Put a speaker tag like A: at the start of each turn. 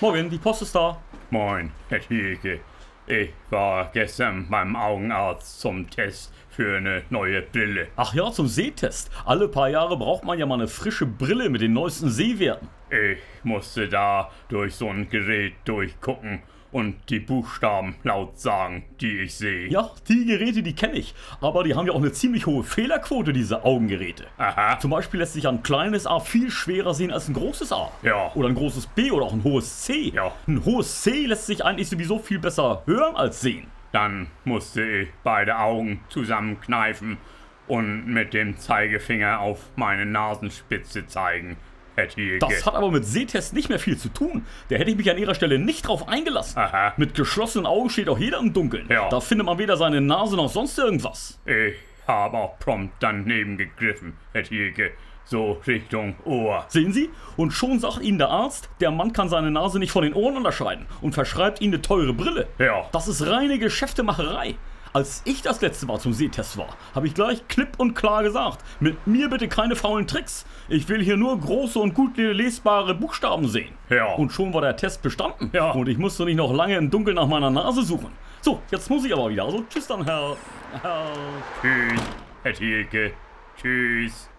A: Morgen, die Post ist da.
B: Moin, Herr Schieke. Ich war gestern beim Augenarzt zum Test für eine neue Brille.
A: Ach ja, zum Sehtest. Alle paar Jahre braucht man ja mal eine frische Brille mit den neuesten Sehwerten.
B: Ich musste da durch so ein Gerät durchgucken und die Buchstaben laut sagen, die ich sehe.
A: Ja, die Geräte, die kenne ich. Aber die haben ja auch eine ziemlich hohe Fehlerquote, diese Augengeräte.
B: Aha.
A: Zum Beispiel lässt sich ein kleines A viel schwerer sehen als ein großes A.
B: Ja.
A: Oder ein großes B oder auch ein hohes C.
B: Ja.
A: Ein hohes C lässt sich eigentlich sowieso viel besser hören als sehen.
B: Dann musste ich beide Augen zusammenkneifen und mit dem Zeigefinger auf meine Nasenspitze zeigen, Herr Tieke.
A: Das hat aber mit Sehtest nicht mehr viel zu tun. Da hätte ich mich an ihrer Stelle nicht drauf eingelassen.
B: Aha.
A: Mit geschlossenen Augen steht auch jeder im Dunkeln.
B: Ah. Ja.
A: Da findet man weder seine Nase noch sonst irgendwas.
B: Ich habe auch prompt daneben gegriffen, Herr Tieke. So Richtung Ohr.
A: Sehen Sie? Und schon sagt Ihnen der Arzt, der Mann kann seine Nase nicht von den Ohren unterscheiden und verschreibt Ihnen eine teure Brille.
B: Ja.
A: Das ist reine Geschäftemacherei. Als ich das letzte Mal zum Sehtest war, habe ich gleich klipp und klar gesagt, mit mir bitte keine faulen Tricks. Ich will hier nur große und gut lesbare Buchstaben sehen.
B: Ja.
A: Und schon war der Test bestanden.
B: Ja.
A: Und ich musste nicht noch lange im Dunkeln nach meiner Nase suchen. So, jetzt muss ich aber wieder. Also tschüss dann, Herr. Herr.
B: Tschüss, Herr Tieke. Tschüss.